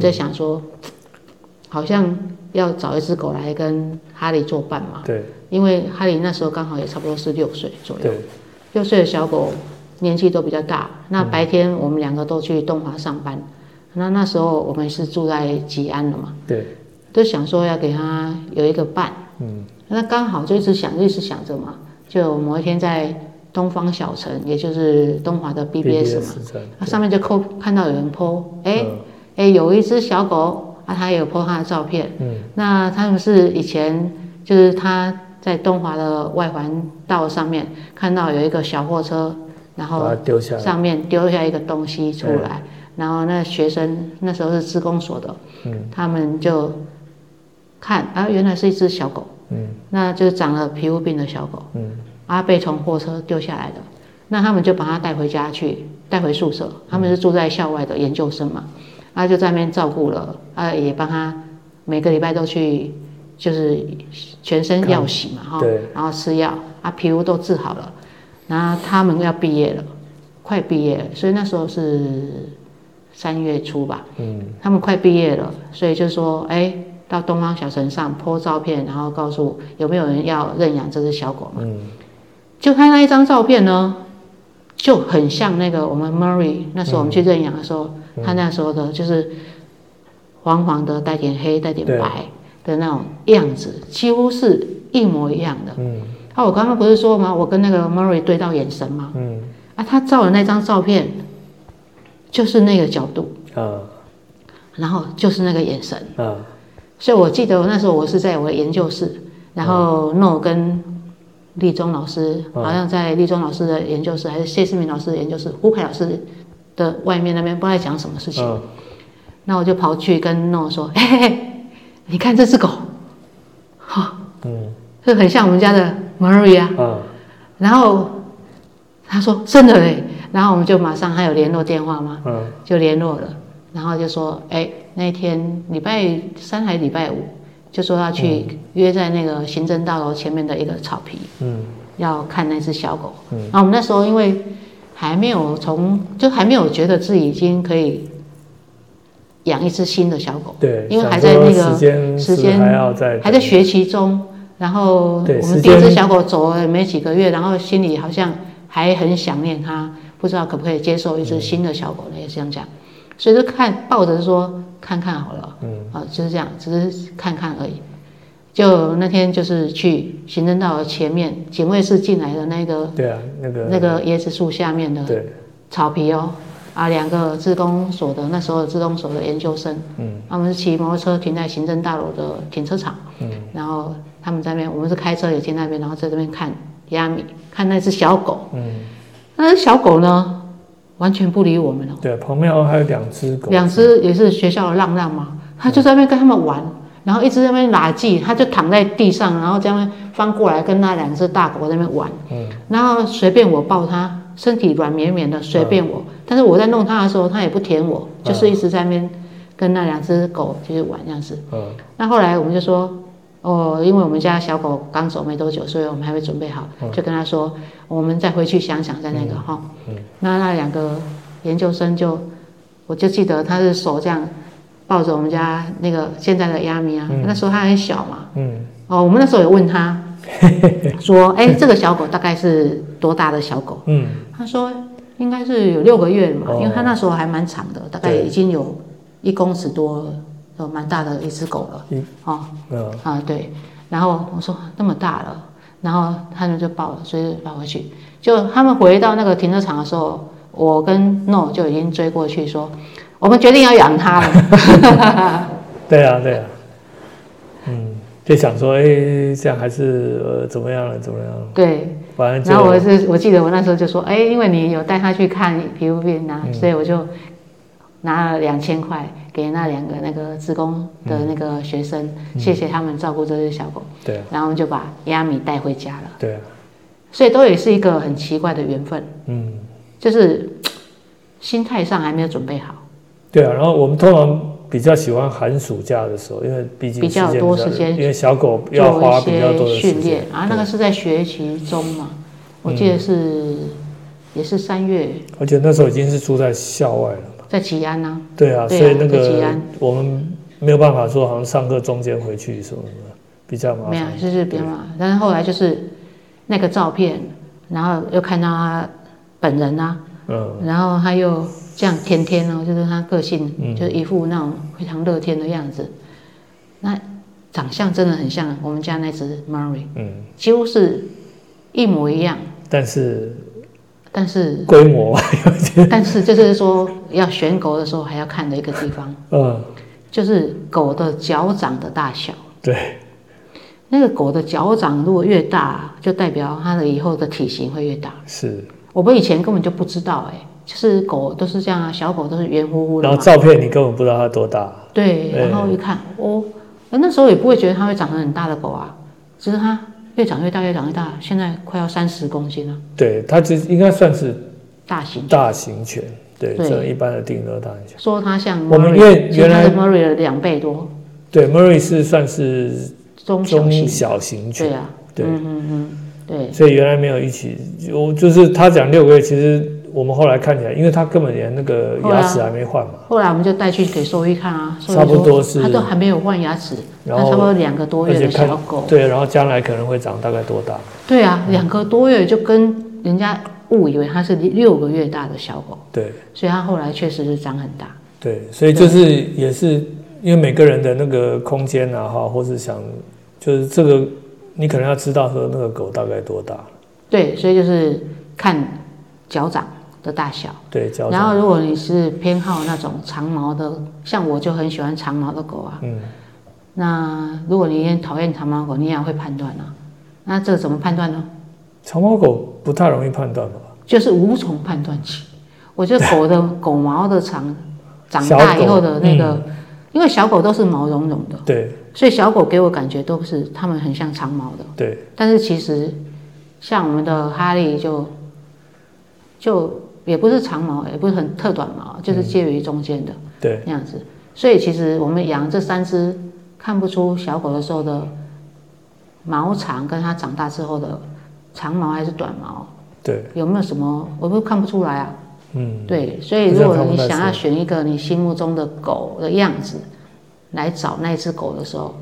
在想说，好像要找一只狗来跟哈利作伴嘛，对因为哈利那时候刚好也差不多是六岁左右，对六岁的小狗年纪都比较大。那白天我们两个都去东华上班，那那时候我们是住在吉安了嘛，对，就想说要给它有一个伴。嗯那刚好就一直想，一直想着嘛，就某一天在东方小城，也就是东华的 BBS 嘛，站啊、上面就扣看到有人 PO，哎、嗯哎、有一只小狗啊，它也有 PO 它的照片。嗯那他们是以前就是他在东华的外环道上面看到有一个小货车，然后把它丢下来，上面丢下一个东西出来，然后那学生那时候是职工所的，嗯他们就看啊，原来是一只小狗，嗯那就长了皮肤病的小狗。嗯啊，被从货车丢下来的。那他们就把他带回家去，带回宿舍。他们是住在校外的研究生嘛，啊，就在那边照顾了，啊，也帮他每个礼拜都去，就是全身药洗嘛，哈对，然后吃药，啊，皮肤都治好了。然后他们要毕业了，快毕业了，所以那时候是三月初吧，嗯，他们快毕业了，所以就说，哎、到东方小城上 po 照片，然后告诉有没有人要认养这只小狗嘛。嗯就看那一张照片呢，就很像那个我们 Murray 那时候我们去认养的时候，他那时候的就是黄黄的，带点黑，带点对白的那种样子，几乎是一模一样的。嗯啊，我刚刚不是说吗？我跟那个 Murray 对到眼神吗？嗯啊，他照的那张照片就是那个角度，啊然后就是那个眼神。啊所以我记得我那时候我是在我的研究室，然后诺跟立中老师嗯好像在立中老师的研究室，还是谢世明老师的研究室，胡凯老师的外面那边不知道在讲什么事情。啊那我就跑去跟诺说：“嘿嘿嘿，你看这只狗，好、嗯这很像我们家的 Maria。啊”然后他说：“真的嘞。”然后我们就马上还有联络电话吗？啊就联络了，然后就说，哎，那天礼拜三还是礼拜五，就说要去约在那个行政大楼前面的一个草皮，嗯要看那只小狗。嗯然后我们那时候因为还没有从，就还没有觉得自己已经可以养一只新的小狗，对，因为还想在说那个时间时是间还要再还在学习中。然后对我时们第一只间小狗走了也没几个月，然后心里好像还很想念它，不知道可不可以接受一嗯只新的小狗呢？也是这样讲，所以就看抱着说看看好了，嗯啊、就是这样，只是看看而已。就那天就是去行政道前面警卫室进来的那个对啊那个那个椰子树下面的对草皮哦，啊，两个自工所的那时候自工所的研究生，嗯他们是骑摩托车停在行政大楼的停车场，嗯然后他们在那边，我们是开车也去那边，然后在这边看亚米，看那只小狗，嗯那只小狗呢完全不理我们了，对，旁边好像还有两只狗，两只也是学校的浪浪嘛，它就在那边跟他们玩，然后一直在那边拉锯，它就躺在地上，然后这样翻过来跟那两只大狗在那边玩。嗯然后随便我抱它，身体软绵绵的，随便我。但是我在弄它的时候，它也不舔我，嗯就是一直在那边跟那两只狗就是玩这样子。嗯那后来我们就说，哦，因为我们家小狗刚走没多久，所以我们还没准备好，就跟他说，我们再回去想想再那个哈。嗯那那两个研究生就，我就记得他是手这样抱着我们家那个现在的亚米啊，嗯那时候它很小嘛，嗯哦，我们那时候有问他， 说，哎、这个小狗大概是多大的小狗？嗯他说应该是有六个月嘛，哦因为他那时候还蛮长的，大概对已经有一公尺多了，有蛮大的一只狗了。嗯哦，嗯啊对，然后我说那么大了，然后他们就抱了，所以抱回去。就他们回到那个停车场的时候，我跟 No 就已经追过去说，我们决定要养它 了。对啊对啊，嗯就想说哎这样还是呃怎么样了怎么样了，对，反正然后我就是我记得我那时候就说，哎，因为你有带他去看皮肤病啊，嗯所以我就拿了两千块给那两个那个职工的那个学生，谢谢他们照顾这只小狗，嗯对啊然后我们就把亚米带回家了。对啊所以都也是一个很奇怪的缘分，嗯。就是心态上还没有准备好，对啊，然后我们通常比较喜欢寒暑假的时候，因为毕竟比较时间多比较时间因为小狗做要花一比较多些的时训间练啊，那个是在学习中嘛，我记得是、也是三月对而且那时候已经是住在校外了嘛，在吉安呐、对啊，对啊所以那在吉个安我们没有办法说好像上课中间回去什么什么，比较麻没有烦。，就是比较麻烦。但是后来就是那个照片，然后又看到他本人啊，嗯，然后他又这样天天哦，就是他个性，嗯就是一副那种非常乐天的样子。那长相真的很像我们家那只 Murray，嗯，几乎是一模一样。但是但是，规模， 但是就是说，要选狗的时候还要看的一个地方，嗯，就是狗的脚掌的大小。对，那个狗的脚掌如果越大，就代表它的以后的体型会越大。是。我们以前根本就不知道、哎，就是狗都是这样啊，小狗都是圆乎乎的然嘛后。照片你根本不知道它多大，对，哎然后一看，哦，那时候也不会觉得它会长成很大的狗啊，只是它越长越大，越长越大，现在快要三十公斤了，对，它其实应该算是大型。大型犬，对，对这一般的定额大型犬。说它像 Murray, 我们因为其实原来它是 Murray 的两倍多，对，Murray 是算是中小中型。小型犬对，啊，对嗯嗯嗯，对，所以原来没有一起，我就是他讲六个月，其实我们后来看起来，因为他根本连那个牙齿还没换嘛，后来我们就带去给兽医看啊，兽医差不说多是它都还没有换牙齿，它然后差不多两个多月而的且看嗯小狗，对，然后将来可能会长大概多大？对啊，两个多月就跟人家误以为它是六个月大的小狗，对所以它后来确实是长很大。对，所以就是也是因为每个人的那个空间啊，哈，或是想就是这个，你可能要知道说那个狗大概多大，对，所以就是看脚掌的大小。对，叫然后，如果你是偏好那种长毛的，像我就很喜欢长毛的狗啊。嗯，那如果你也讨厌长毛狗，你也会判断啊。那这怎么判断呢？长毛狗不太容易判断吧？就是无从判断起。我觉得狗的狗毛的长，长小大狗嗯以后的那个，因为小狗都是毛茸茸的，对所以小狗给我感觉都是它们很像长毛的。对，但是其实像我们的哈利就就也不是长毛，也不是很特短毛，就是介于中间的对，那样子。所以其实我们养这三只，看不出小狗的时候的毛长跟它长大之后的长毛还是短毛对，有没有什么，我都看不出来啊。嗯，对，所以如这样果看不你太想出要来选一个你心目中的狗的样子来找那只狗的时候，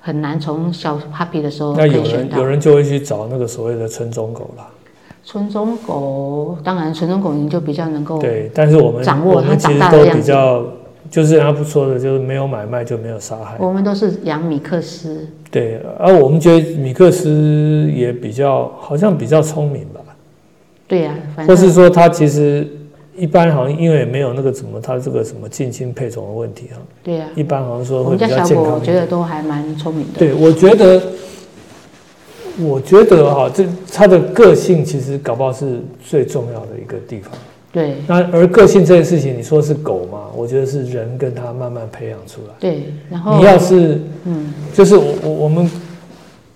很难从小 puppy 的时候可那有以选人到有。人就会去找那个所谓的纯种狗啦。纯种狗，当然纯种狗你就比较能够对，但是我们掌握我们它其长实大的都样比子较，就是人家不说的，就是没有买卖就没有杀害。我们都是养米克斯，对，而我们觉得米克斯也比较，好像比较聪明吧，对呀、反或正是说他其实一般好像因为没有那个什么，他这个什么近亲配种的问题啊，对呀、一般好像说我会们比家较小嗯健狗我康一觉点。得都还蛮聪明的，对，我觉得，我觉得哈、这他的个性其实搞不好是最重要的一个地方。对那而个性这件事情，你说是狗嘛？我觉得是人跟它慢慢培养出来。对，然后你要是嗯，就是我我我们，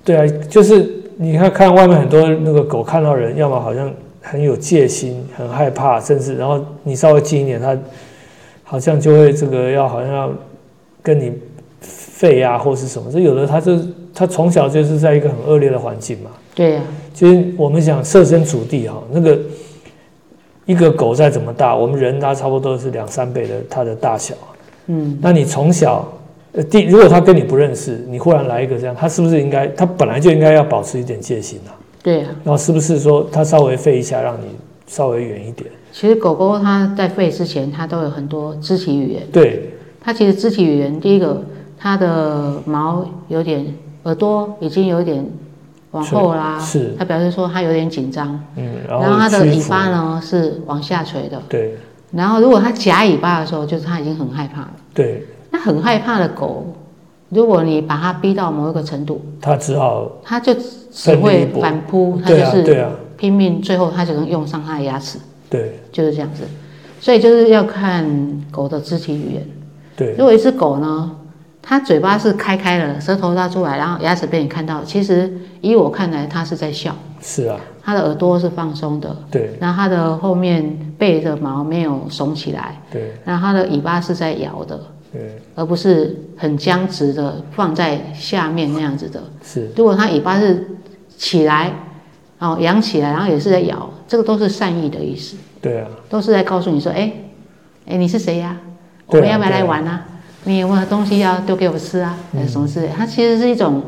对啊，就是你看看外面很多那个狗看到人，要么好像很有戒心，很害怕，甚至然后你稍微近一点，它好像就会这个要好像要跟你吠啊或是什么。这有的它就它从小就是在一个很恶劣的环境嘛。对啊呀、其实我们想设身处地哈，那个一个狗再怎么大，我们人它差不多是两三倍的它的大小。嗯，那你从小，呃，第如果它跟你不认识，你忽然来一个这样，它是不是应该，它本来就应该要保持一点戒心啊？对呀、然后是不是说它稍微吠一下，让你稍微远一点？其实狗狗它在吠之前，它都有很多肢体语言。对它其实肢体语言，第一个，它的毛有点，耳朵已经有点往后啦，是是它表示说它有点紧张。嗯，然然后后它的屈尾服巴呢是往下垂的，对然后如果它夹尾巴的时候，就是它已经很害怕了。对，那很害怕的狗，如果你把它逼到某一个程度，它只好，它就只奋力会一搏反扑，它对就啊是对啊拼命，最后它只能用上它的牙齿，对就是这样子。所以就是要看狗的肢体语言。对如果一只狗呢，它嘴巴是开开的，舌头拉出来，然后牙齿被你看到，其实以我看来，它是在笑，是啊，它的耳朵是放松的，对然后它的后面背的毛没有耸起来，对然后它的尾巴是在摇的，对而不是很僵直的放在下面那样子的。是，如果它尾巴是起来，哦，扬起来，然后也是在摇，这个都是善意的意思，对啊都是在告诉你说，哎，哎，你是谁呀、我对啊们要不要对啊来玩啊？你有没有东西要丢给我吃啊？嗯还是什么之类的？它其实是一种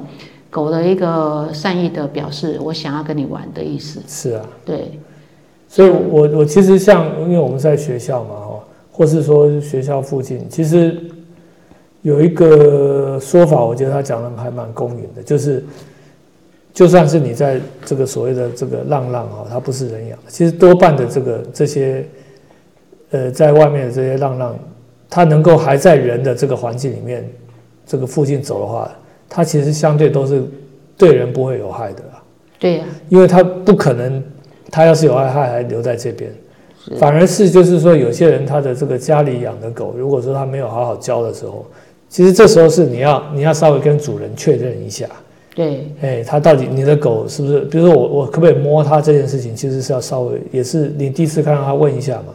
狗的一个善意的表示，我想要跟你玩的意思。是啊。对，所以我，我其实像，因为我们在学校嘛，哦，或是说学校附近，其实有一个说法，我觉得他讲的还蛮公允的，就是就算是你在这个所谓的这个浪浪哈，它不是人养的，其实多半的这个这些呃，在外面的这些浪浪，它能够还在人的这个环境里面，这个附近走的话，它其实相对都是对人不会有害的啦。对啊呀、因为他不可能，他要是有爱，他还留在这边。反而是就是说，有些人他的这个家里养的狗，如果说他没有好好教的时候，其实这时候是你要你要稍微跟主人确认一下，对，哎，他到底你的狗是不是？比如说我我可不可以摸它这件事情，其实是要稍微也是你第一次看到它问一下嘛。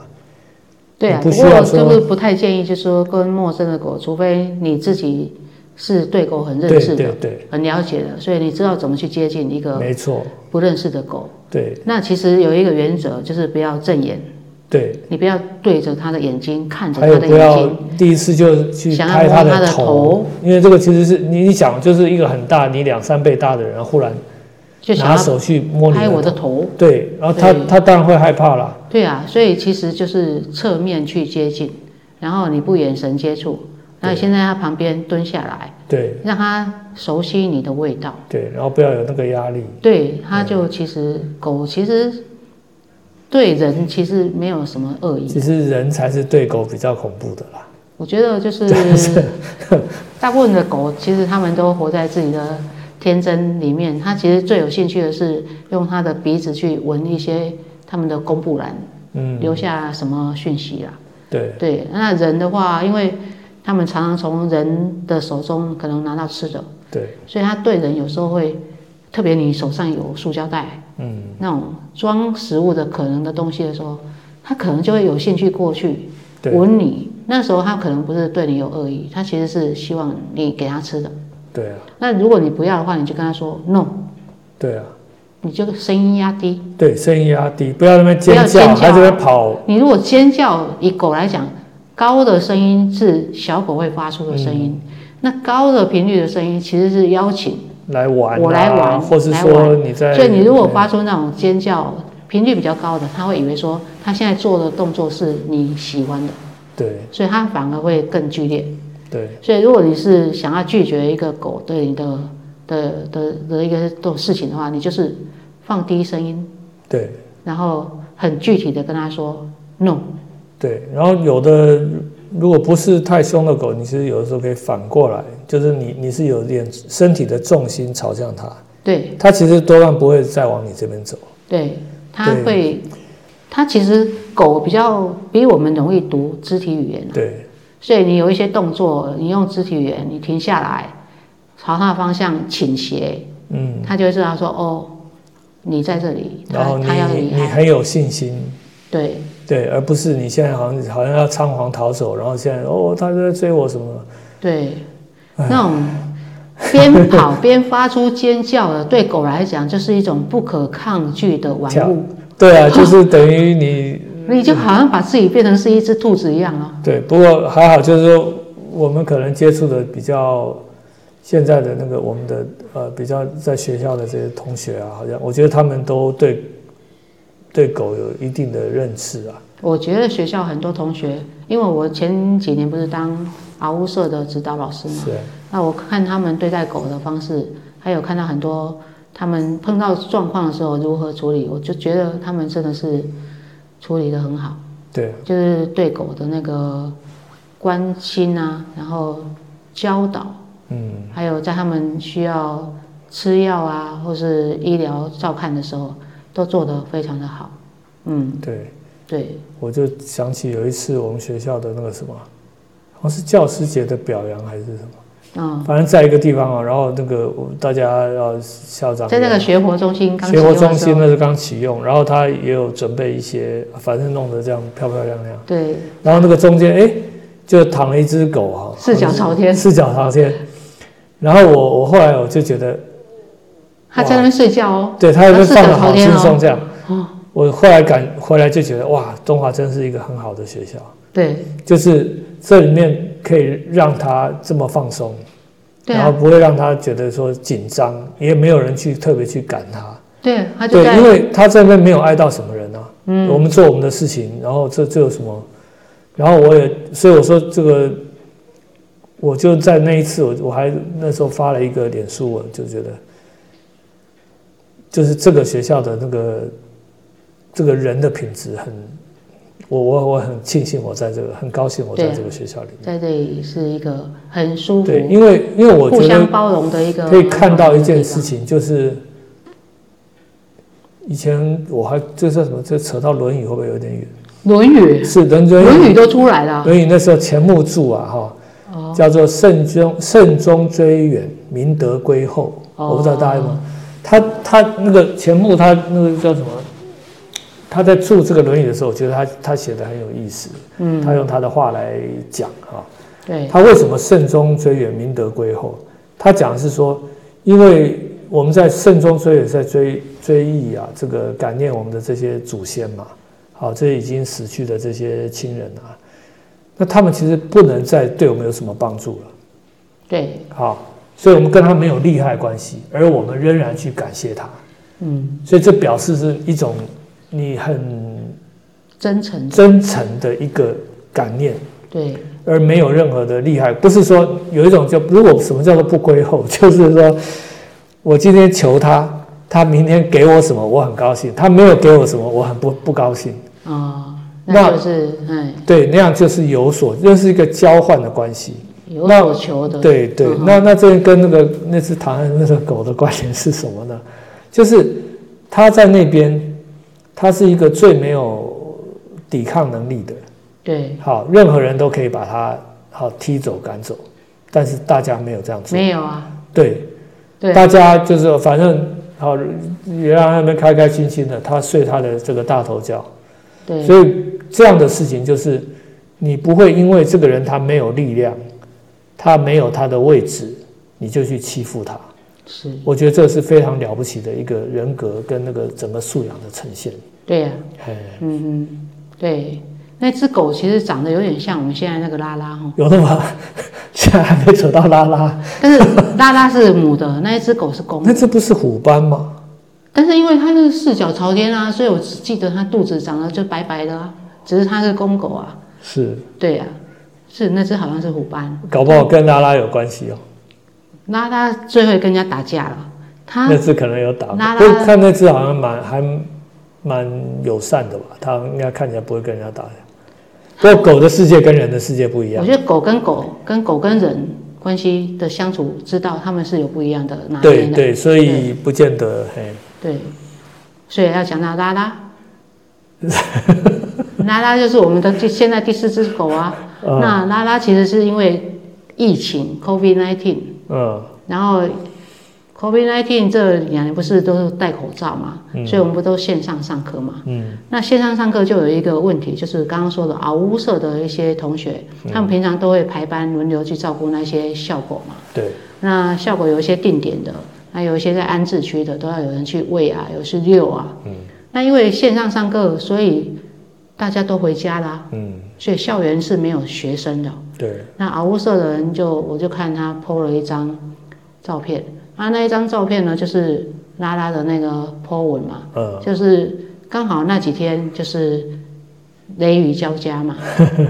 对啊。你不需过嗯要就说是不太建议，就是说跟陌生的狗，除非你自己是对狗很认对识的、对对，很了解的，所以你知道怎么去接近一个没错，不认识的狗。对那其实有一个原则，就是不要正眼，对，你不要对着它的眼睛看着还它有的不眼要睛。第一次就去想要拍摸它它的头头，因为这个其实是你你想就是一个很大你两三倍大的人，忽然就想拿要手去摸你拍我的的头，头。对，然后他对他当然会害怕啦，对啊，所以其实就是侧面去接近，然后你不眼神接触，那对现在它旁边蹲下来，对让它熟悉你的味道，对，然后不要有那个压力，对，它就其实狗其实对人其实没有什么恶意，其实人才是对狗比较恐怖的啦，我觉得就是对是大部分的狗其实它们都活在自己的。天真里面，它其实最有兴趣的是用它的鼻子去闻一些它们的公布栏，嗯，留下什么讯息啊啦。对对，那人的话，因为他们常常从人的手中可能拿到吃的，对，所以他对人有时候会，特别你手上有塑胶袋嗯，那种装食物的可能的东西的时候，他可能就会有兴趣过去对闻你。那时候他可能不是对你有恶意，他其实是希望你给他吃的。对啊，那如果你不要的话，你就跟他说 no，对啊，你就声音压低。对，声音压低，不要在那边不要尖尖叫，叫还在那边跑，你如果尖叫，以狗来讲，高的声音是小狗会发出的声音，那高的频率的声音其实是邀请，来玩、啊，我来玩或是来说你在，所以你如果发出那种尖叫，频率比较高的，它会以为说它现在做的动作是你喜欢的，对所以它反而会更剧烈。对所以如果你是想要拒绝一个狗对你的的的的一个这种事情的话，你就是放低声音，对然后很具体的跟它说 no。对，然后有的如果不是太凶的狗，你其实有的时候可以反过来，就是你你是有点身体的重心朝向它，对，它其实多半不会再往你这边走。对，它对会，它其实狗比较比我们容易读肢体语言，对所以你有一些动作，你用肢体语言，你停下来，朝它的方向倾斜，嗯，它就会知道说哦，你在这里，然它后你它要离你开，很有信心，对对，而不是你现在好像好像要仓皇逃走，然后现在哦他在追我什么，对，哎那种边跑边发出尖叫的，对狗来讲就是一种不可抗拒的玩跳物，对啊，就是等于你你就好像把自己变成是一只兔子一样啊，对，不过还好，就是说我们可能接触的比较现在的那个我们的呃比较在学校的这些同学啊，好像我觉得他们都对对狗有一定的认识啊，我觉得学校很多同学，因为我前几年不是当阿乌社的指导老师嘛，是啊，那我看他们对待狗的方式，还有看到很多他们碰到状况的时候如何处理，我就觉得他们真的是处理得很好，对就是对狗的那个关心啊，然后教导，嗯，还有在他们需要吃药啊或是医疗照看的时候，都做得非常的好。嗯，对。对。我就想起有一次我们学校的那个什么，好像是教师节的表扬还是什么，嗯，反正在一个地方啊，然后那个我大家要校长在那个学活中心刚启学用活的时候中心，那是刚启用，然后他也有准备一些，呃反正弄得这样漂漂亮亮，对，然后那个中间哎就躺了一只狗哈，四脚朝天，四脚朝天，然后我我后来我就觉得，他在那边睡觉哦，对他那边四放脚的朝好天轻哦松这样，哦，我后来赶回来就觉得哇，东华真是一个很好的学校，对就是这里面可以让他这么放松，对然后啊，不会让他觉得说紧张，也没有人去特别去赶他。对，啊他就对，在因为他这边没有碍到什么人啊，嗯，我们做我们的事情，然后这这有什么？然后我也，所以我说这个，我就在那一次，我我还那时候发了一个脸书，我就觉得，就是这个学校的那个这个人的品质很，我我我很庆幸我在这个，很高兴我在对啊这个学校里面。在这里是一个很舒服、对，因为因为我互觉得相包容的一个，可以看到一件事，情，就是以前我还这叫什么？这扯到轮椅会不会有点远？ 《论语》，是轮《轮论语》椅，都出来了，轮椅那时候钱穆柱啊，哈、啊哦，叫做慎终慎终追远，明德归后。哦我不知道大家有没有？他他那个钱穆，他那个叫什么？他在住这个轮椅的时候，我觉得他他写的很有意思，嗯，他用他的话来讲哈、对，他为什么慎终追远，明德归后？他讲的是说，因为我们在慎终追远，在追追忆啊，这个感念我们的这些祖先嘛，好，这些已经死去的这些亲人啊，那他们其实不能再对我们有什么帮助了，对，好，所以我们跟他没有利害关系，而我们仍然去感谢他，嗯，所以这表示是一种你很真诚，真诚的一个感念。对，而没有任何的厉害，不是说有一种叫如果什么叫做不归后， 就是说我今天求他，他明天给我什么，我很高兴；他没有给我什么，我很不不高兴。哦，那那就是，哎，对，那样就是有所，这是一个交换的关系。有所求的，对对，嗯哼那那这跟那个那只唐安那个狗的关联是什么呢？就是他在那边，他是一个最没有抵抗能力的。对，好，任何人都可以把他好踢走赶走，但是大家没有这样做。没有啊，对，对，大家就是反正好，也让他们开开心心的，他睡他的这个大头觉。对，所以这样的事情就是，你不会因为这个人他没有力量，他没有他的位置，你就去欺负他。是，我觉得这是非常了不起的一个人格跟那个整个素养的呈现。对啊呀、哎，嗯嗯，对，那只狗其实长得有点像我们现在那个拉拉哈，有那么 现在还没扯到拉拉，但是拉拉是母的， 那一只狗是公那的。这不是虎斑吗？但是因为它是四脚朝天啊，所以我只记得它肚子长得就白白的啊，只是它是公狗啊，是，对啊，是那只好像是虎斑，搞不好跟拉拉有关系哦。拉拉最会跟人家打架了，它那只可能有打过，拉拉不过看那只好像蛮还蛮友善的吧，它应该看起来不会跟人家打架。不过狗的世界跟人的世界不一我样，觉得狗跟狗跟狗跟人关系的相处之道，他们是有不一样的拿捏对的，对，所以不见得嘿。对，所以要讲到拉拉，拉拉就是我们的第现在第四只狗 啊。嗯那拉拉其实是因为疫情 COVID-19，嗯，然后 COVID-19 这两年不是都是戴口罩嘛，嗯所以我们不都线上上课嘛。嗯，那线上上课就有一个问题，就是刚刚说的熬屋社的一些同学，嗯他们平常都会排班轮流去照顾那些校狗嘛。对，那效果有一些定点的，那有一些在安置区的，都要有人去喂啊，有是遛啊。嗯。那因为线上上课，所以大家都回家啦，嗯所以校园是没有学生的。对，那熬物社的人就，我就看他 PO 了一张照片，啊，那一张照片呢，就是拉拉的那个 PO 文嘛，嗯就是刚好那几天就是雷雨交加 嘛，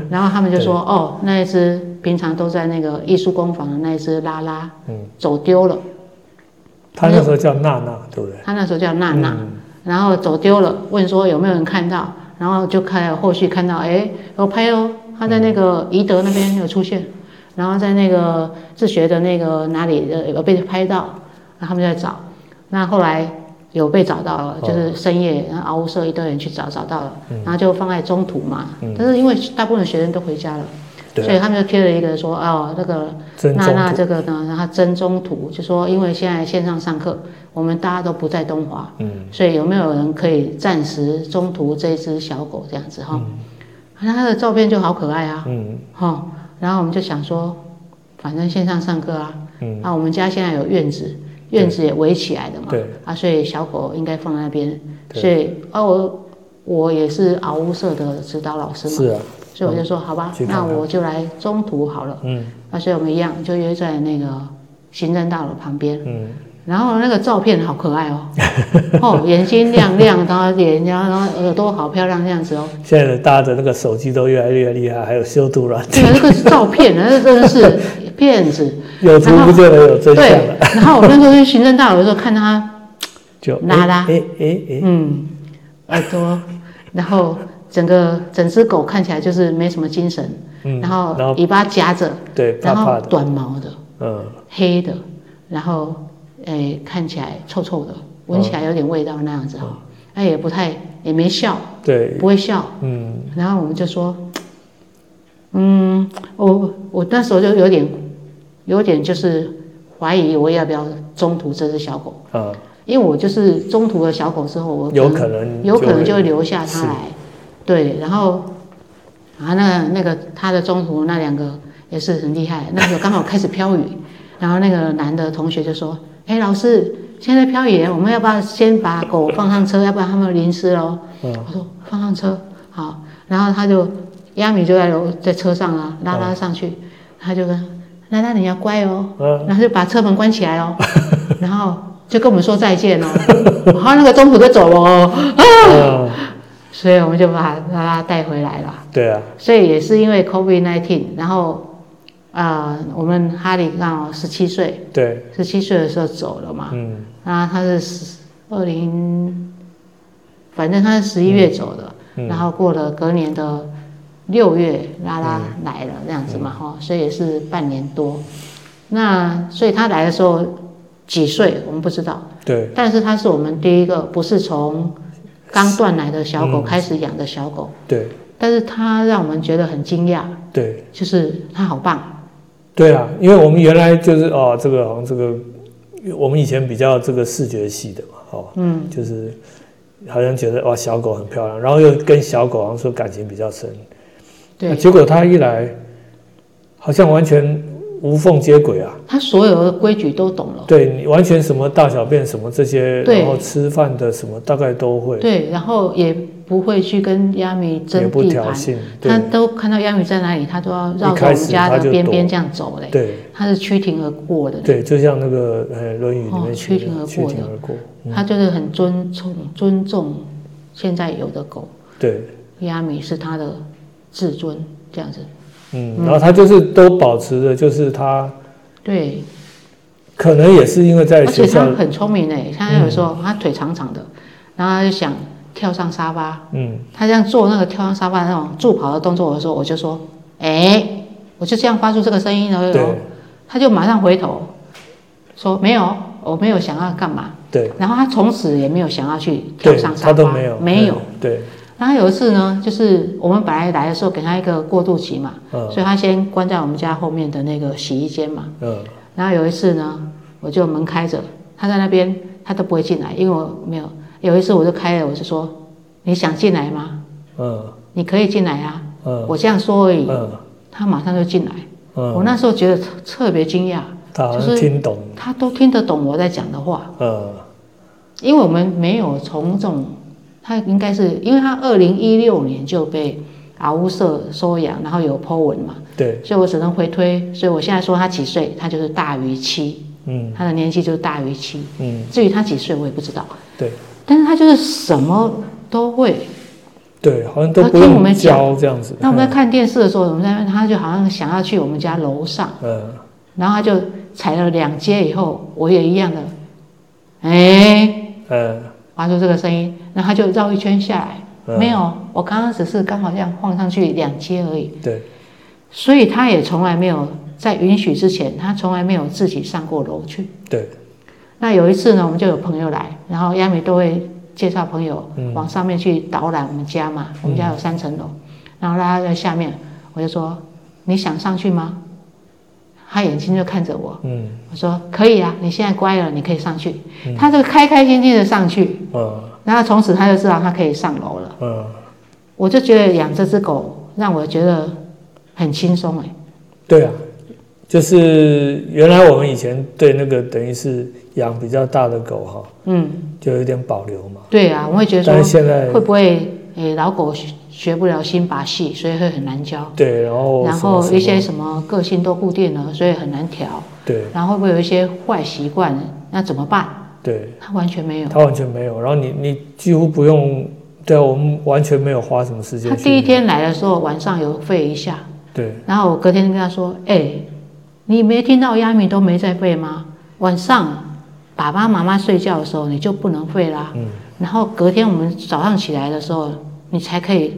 然后他们就说哦，那一只平常都在那个艺术工坊的那一只拉拉嗯，走丢了，它那时候叫娜娜，对不对？他那时候叫娜娜，嗯然后走丢了，问说有没有人看到，然后就看后续看到，哎，有拍哦，他在那嗯个宜德那边有出现，然后在那个自学的那个哪里呃有被拍到，然后他们就在找，那后来有被找到了，哦就是深夜，然后熬物社一堆人去找，找到了，然后就放在中途嘛嗯，但是因为大部分学生都回家了，所对，啊以他们就贴了一个说哦那个真那中那途，这个呢，然后真中途就说，因为现在线上上课，我们大家都不在东华，嗯，所以有没有人可以暂时中途这只小狗这样子哈？那、它的照片就好可爱啊，嗯哈、然后我们就想说，反正线上上课啊，嗯，啊，我们家现在有院子，院子也围起来的嘛，对啊，所以小狗应该放在那边，对所以啊，我我也是敖屋社的指导老师嘛，是啊，所以我就说好吧去，看那看我就来中途好了。嗯那啊所以我们一样就约在那个行政大楼旁边。嗯，然后那个照片好可爱 哦，哦，眼睛亮亮，然后脸，然后然后耳朵好漂亮这样 子哦。现在的大家的那个手机都越来越厉害，还有修图软对体，啊，这个是照片，那真的是骗子。有图不就能有真相对了？，然后我那时候去行政大楼的时候看他，就拉拉哎哎哎，嗯，耳朵，然后整个整只狗看起来就是没什么精神，嗯，然然后后尾巴夹着，对怕然怕后的，短毛的，嗯，黑的，然后诶、看起来臭臭的，闻起来有点味道那样子哈、哦，那、也不太也没笑，对，不会笑，嗯然后我们就说，嗯，我我那时候就有点有点就是怀疑我要不要中途这只小狗，啊，因为我就是中途的小狗之后，我有可能有可能就就会会留下它是来，对，然后啊那那个他的中途那两个也是很厉害，那时候刚好开始飘雨，然后那个男的同学就说：“哎，老师，现在飘雨，我们要不要先把狗放上车，要不然他们淋湿喽？”嗯我说：“放上车，好。”然后他就亚米就在楼在车上啊，拉拉上去，他就跟拉拉你要乖哦，嗯然后就把车门关起来哦， 然后就跟我们说再见哦，然后那个中途就走了哦，嗯，所以我们就把拉拉带回来了。对啊，所以也是因为 COVID-19，然后呃，我们哈利刚好十七岁，对，十七岁的时候走了嘛，嗯然后他是十二零，反正他是十一月走的，然嗯，后过了隔年的六月，拉拉嗯来了这样子嘛，哈、所以也是半年多。那所以他来的时候几岁我们不知道，对，但是他是我们第一个不是从刚断奶的小狗嗯开始养的小狗，对但是他让我们觉得很惊讶，对就是他好棒，对啊，因为我们原来就是哦，这个好像这个我们以前比较这个视觉系的嘛，哦，嗯，就是好像觉得哇小狗很漂亮，然后又跟小狗好像说感情比较深，那对，结果它一来，好像完全无缝接轨啊。他所有的规矩都懂了，对你完全什么大小便什么这些，对然后吃饭的什么大概都会，对，然后也不会去跟亚米也争不地挑盘，衅，他对都看到亚米在哪里，他都要绕着一开我始们家他就的躲边边这样走嘞，对他是趋庭而过的，对，就像那个呃《论语》里哦面写趋庭而的“趋过庭的而过嗯他就是很尊重尊重现在有的狗，”，对，亚米是他的至尊这样子，嗯，然后他就是都保持着，就是他对，可能也是因为在而学且他校，嗯很聪明诶，他有时候他腿长长的，然后他就想跳上沙发，嗯，他这样做那个跳上沙发那种助跑的动作的时候，我就说，哎、我就这样发出这个声音而已哦对。他就马上回头说没有，我没有想要干嘛。对然后他从此也没有想要去跳对上，沙发，他都没有没有。，嗯对，然后有一次呢，就是我们本来来的时候给他一个过渡期嘛，嗯所以他先关在我们家后面的那个洗衣间嘛。嗯，然后有一次呢，我就门开着，他在那边他都不会进来，因为我没有。有一次我就开了，我就说你想进来吗？嗯你可以进来啊，嗯我这样说而已，嗯他马上就进来。嗯，我那时候觉得特特别惊讶，他好就像是听懂，他都听得懂我在讲的话，嗯，因为我们没有从这种，他应该是因为他二零一六年就被敖乌社收养，然后有 Po 文嘛，对，所以我只能回推，所以我现在说他几岁，他就是大于七，嗯他的年纪就是大于七。嗯，至于他几岁，我也不知道，对但是他就是什么都会，对，好像都他不听我们用讲教这样子，那我们在看电视的时候，我们在那边他就好像想要去我们家楼上，嗯，然后他就踩了两阶以后，我也一样的，哎、嗯嗯发出这个声音，然后他就绕一圈下来，嗯没有，我刚刚只是刚好这样晃上去两阶而已，对，所以他也从来没有在允许之前，他从来没有自己上过楼去。对，那有一次呢，我们就有朋友来，然后亚美都会介绍朋友嗯往上面去导览我们家嘛，我们家有三层楼，然后拉在下面，我就说你想上去吗？他眼睛就看着我，嗯我说可以啊，你现在乖了，你可以上去。他就开开心心的上去，嗯然后从此他就知道他可以上楼了。嗯，我就觉得养这只狗让我觉得很轻松哎、对啊，就是原来我们以前对那个等于是养比较大的狗哈，嗯，就有点保留嘛，对啊，我会觉得但是说现在会不会诶，老狗学学不了新把戏，所以会很难教。对，然后然什么后哦什一些么什么个性都固定了，所以很难调。对然后会不会有一些坏习惯？那怎么办？对，他完全没有。他完全没有。然后你你几乎不用，对啊我们完全没有花什么时他间第一去。天来的时候晚上有吠一下，对然后我隔天跟他说：“哎、你没听到亚米都没在吠吗？晚上爸爸妈妈睡觉的时候你就不能吠啦。嗯然后隔天我们早上起来的时候，你才可以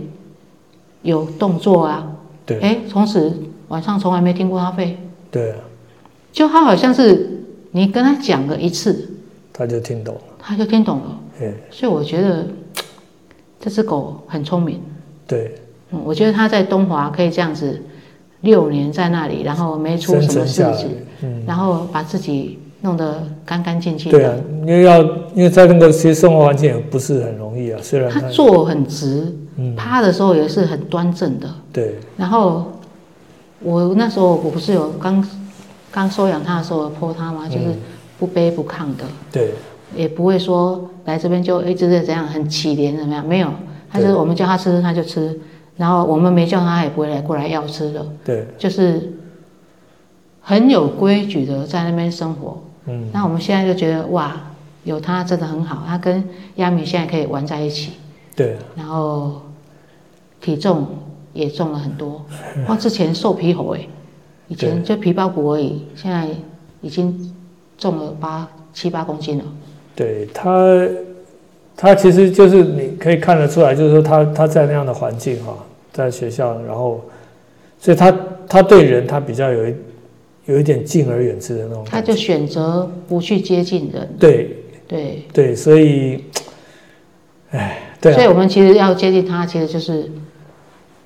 有动作啊。对哎，从此晚上从来没听过他吠，对啊，就他好像是你跟他讲了一次，他就听懂了。他就听懂了。哎，所以我觉得这只狗很聪明。对，嗯，我觉得他在东华可以这样子六年在那里，然后没出生什么存事下来情，，嗯，然后把自己弄得干干净净对啊的。，因为要因为在那个其实生活环境也不是很容易啊，虽然他他坐很直，嗯趴的时候也是很端正的。对然后我那时候我不是有刚刚收养它的时候有泼它嗯吗？就是不卑不亢的，对也不会说来这边就一直是怎样很乞怜怎么样，没有，它就是对我们叫它吃它就吃，然后我们没叫它也不会来过来要吃的，对，就是很有规矩的在那边生活。嗯那我们现在就觉得哇，有它真的很好，它跟亚米现在可以玩在一起。对然后体重也重了很多。哇，之前瘦皮猴哎、以前就皮包骨而已，现在已经重了八七八公斤了。对，他他其实就是你可以看得出来，就是说他他在那样的环境哈、在学校，然后所以他他对人他比较有一有一点敬而远之的那种他感觉，就选择不去接近人，对对，对，所以，哎，对所以啊，我们其实要接近他，其实就是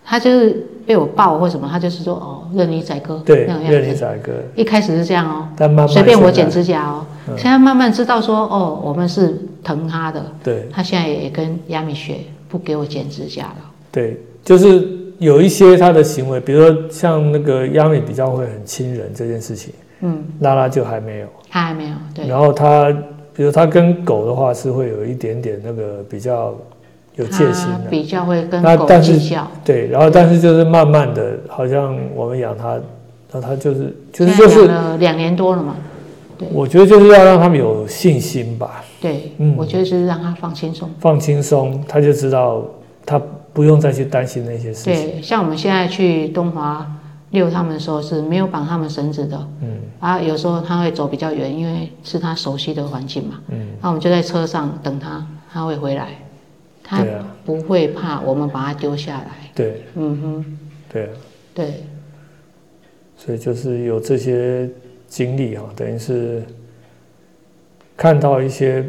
他就是被我抱或什么，他就是说哦，任你宰割对，那种任样你子。宰割，一开始是这样哦，但慢慢随便我现剪在指甲哦，嗯现在慢慢知道说哦，我们是疼他的，对他现在也跟亚米学不给我剪指甲了。对，就是有一些他的行为，比如说像那个亚美比较会很亲人这件事情，嗯，拉拉就还没有。他还没有。对，然后他，比如他跟狗的话，是会有一点点那个比较有戒心他的、比较会跟那狗但是计较。对，然后但是就是慢慢的，好像我们养它，那它就是就是现在就养是，了两年多了嘛。对我觉得就是要让他们有信心吧，对，嗯我觉得就是让他放轻松。放轻松，他就知道他不用再去担心那些事情。对，像我们现在去东华遛他们的时候是没有绑他们绳子的。嗯啊，有时候他会走比较远，因为是他熟悉的环境嘛。嗯，那我们就在车上等他，他会回来。他对啊，不会怕我们把他丢下来。对嗯哼，对啊，对，所以就是有这些经历哈、等于是看到一些，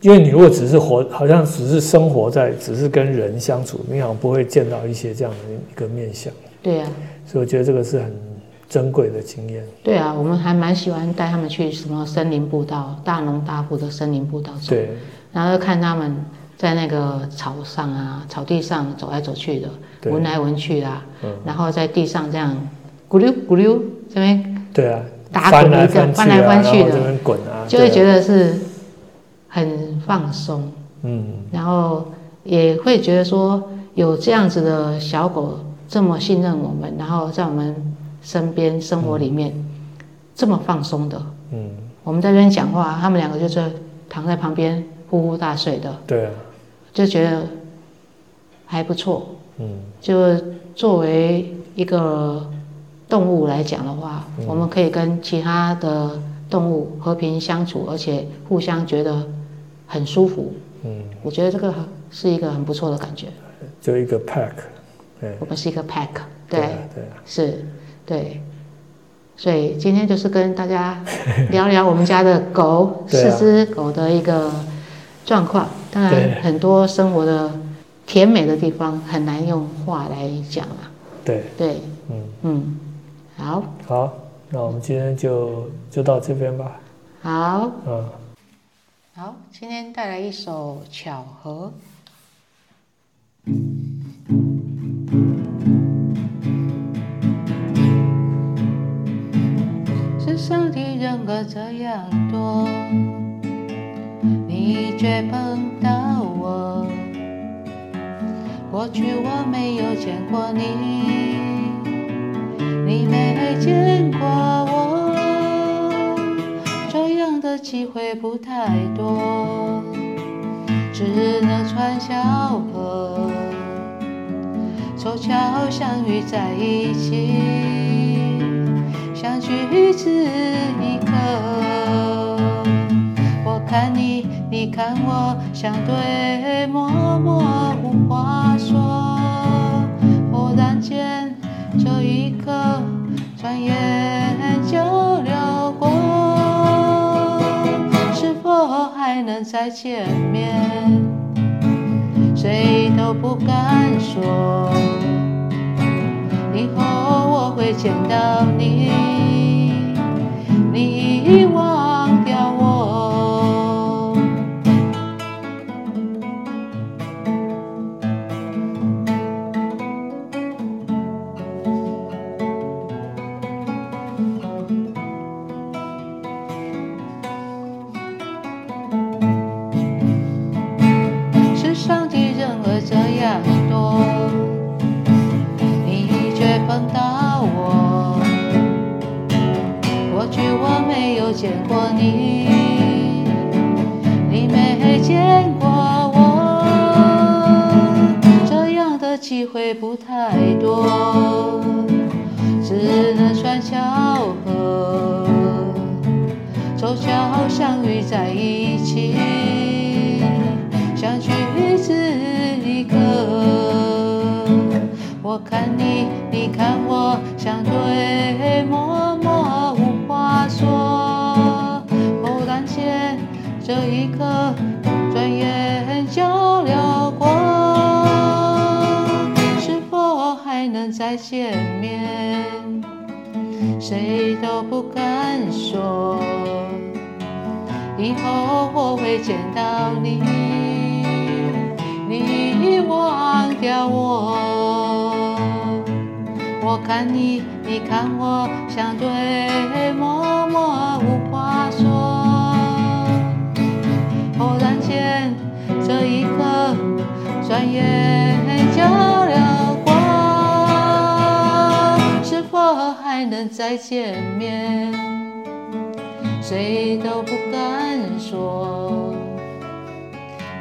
因为你如果只是活，好像只是生活在，只是跟人相处，你好像不会见到一些这样的一个面相，对啊，所以我觉得这个是很珍贵的经验。对啊，我们还蛮喜欢带他们去什么森林步道、大农大埔的森林步道走。对然后看他们在那个草上啊、草地上走来走去的，对闻来闻去啊，嗯然后在地上这样咕溜咕溜，这边对啊，打翻滚来一翻个，去翻啊，来翻去然后这的，边滚啊，就会觉得得是很放松，嗯，然后也会觉得说有这样子的小狗这么信任我们，然后在我们身边生活里面、这么放松的，嗯，我们在这边讲话，他们两个就是躺在旁边呼呼大睡的。对啊，就觉得还不错。嗯就作为一个动物来讲的话，我们可以跟其他的动物和平相处，而且互相觉得很舒服。嗯，我觉得这个是一个很不错的感觉。就一个 pack，对我们是一个 pack，对，对啊对啊，是，对。所以今天就是跟大家聊聊我们家的狗， 四对啊只狗的一个状况。当然对，很多生活的甜美的地方很难用话来讲啊。对，对，嗯，嗯，好，好，那我们今天就就到这边吧，好，嗯。好，今天带来一首《巧合》。世上的人儿这样多，你却碰到我，去我没有见过你，你没见过我，这样的机会不太多，只能穿小河，凑巧相遇在一起，相聚只一刻。我看你，你看我，相对默默无话说。忽然间，这一刻，转眼就流过。是否还能再见面？谁都不敢说。以后我会见到你，你已忘掉我。世上的人儿这样多，你却碰到我。过去我没有见过你，你没见过我，这样的机会不太多，只能算巧合。凑巧相遇在一起，相聚只一刻。我看你，你看我，相对默默无话说。忽然间，这一刻，转眼就流过。是否还能再见面？谁都不敢说。以后我会见到你，你已忘掉我。我看你，你看我，相对默默无话说。忽然间，这一刻，转眼就流过。是否还能再见面？谁都不敢说。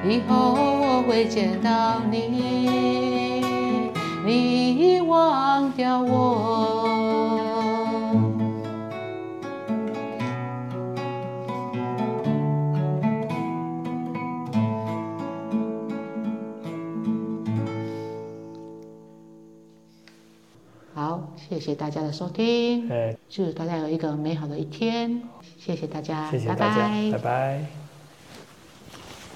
以后我会见到你，你已忘掉我。好，谢谢大家的收听，哎，祝大家有一个美好的一天，谢谢大家，谢谢大家，拜拜拜拜